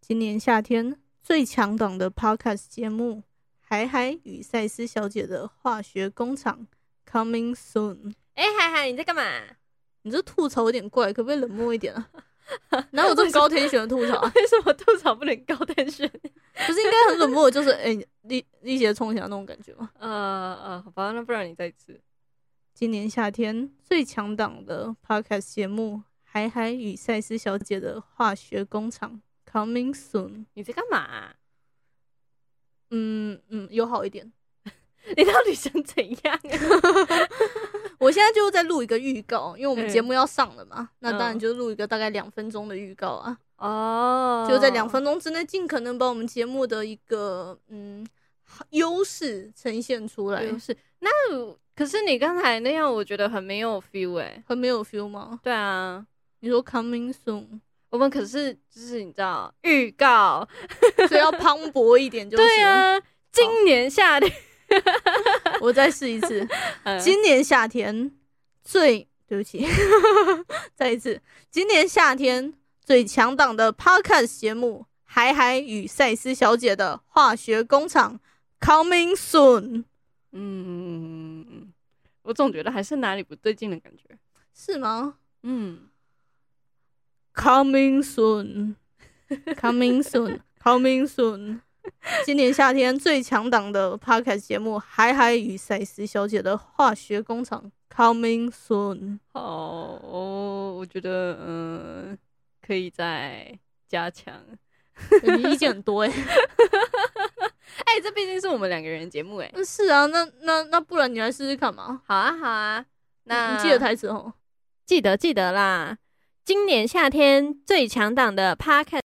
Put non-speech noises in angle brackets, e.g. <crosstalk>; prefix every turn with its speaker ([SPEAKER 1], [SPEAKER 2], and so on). [SPEAKER 1] 今年夏天最强档的 Podcast 节目《海海与赛斯小姐的化学工厂》coming soon。
[SPEAKER 2] 哎、海海，你在干嘛？
[SPEAKER 1] 你这吐槽有点怪，可不可以冷漠一点啊？哪有这么高天选的吐槽
[SPEAKER 2] <laughs>
[SPEAKER 1] 啊？
[SPEAKER 2] 为什么吐槽不能高天选？
[SPEAKER 1] 不是应该很冷漠，就是哎，力力竭冲起来那种感觉吗？
[SPEAKER 2] 呃呃，好吧，那不然你再一次。
[SPEAKER 1] 今年夏天最强档的 podcast 节目《海海与赛斯小姐的化学工厂》coming soon。
[SPEAKER 2] 你在干嘛、
[SPEAKER 1] 嗯嗯，有好一点。
[SPEAKER 2] 你到底想怎样、
[SPEAKER 1] 我现在就在录一个预告，因为我们
[SPEAKER 2] 嗯
[SPEAKER 1] 节目要上了嘛，那当然
[SPEAKER 2] 嗯
[SPEAKER 1] 就录一个大概两分钟的预告啊，
[SPEAKER 2] 哦
[SPEAKER 1] 就在两分钟之内，尽可能把我们节目的一个嗯优势呈现出来，
[SPEAKER 2] 是。那可是你刚才那样，我觉得很没有 feel 哎、
[SPEAKER 1] 很没有 feel 吗？
[SPEAKER 2] 对啊，
[SPEAKER 1] 你说 coming soon，
[SPEAKER 2] 我们可是就是你知道预告，
[SPEAKER 1] 所以要磅礴一点就是。
[SPEAKER 2] <laughs> 对，啊，今年夏天，
[SPEAKER 1] 我再试一次。
[SPEAKER 2] 嗯
[SPEAKER 1] 今年夏天最对不起， <laughs> 再一次，今年夏天最强档的 podcast 节目《海海与赛斯小姐的化学工厂》coming soon，
[SPEAKER 2] 嗯，我总觉得还是哪里不对劲的感觉。
[SPEAKER 1] 是吗
[SPEAKER 2] 嗯，
[SPEAKER 1] ？coming soon，coming <laughs> soon，coming soon。今年夏天最强档的 podcast 节目《海海与赛斯小姐的化学工厂》coming soon。
[SPEAKER 2] 好，哦我觉得嗯、可以再加强。
[SPEAKER 1] 你意见很多哎、
[SPEAKER 2] 哎、这毕竟是我们两个人的节目哎、
[SPEAKER 1] <laughs> 嗯是啊，那那那不然你来试试看嘛。
[SPEAKER 2] 好啊，好啊，那
[SPEAKER 1] 你记得台词哦。
[SPEAKER 2] 记得记得啦。今年夏天最强档的 p a r k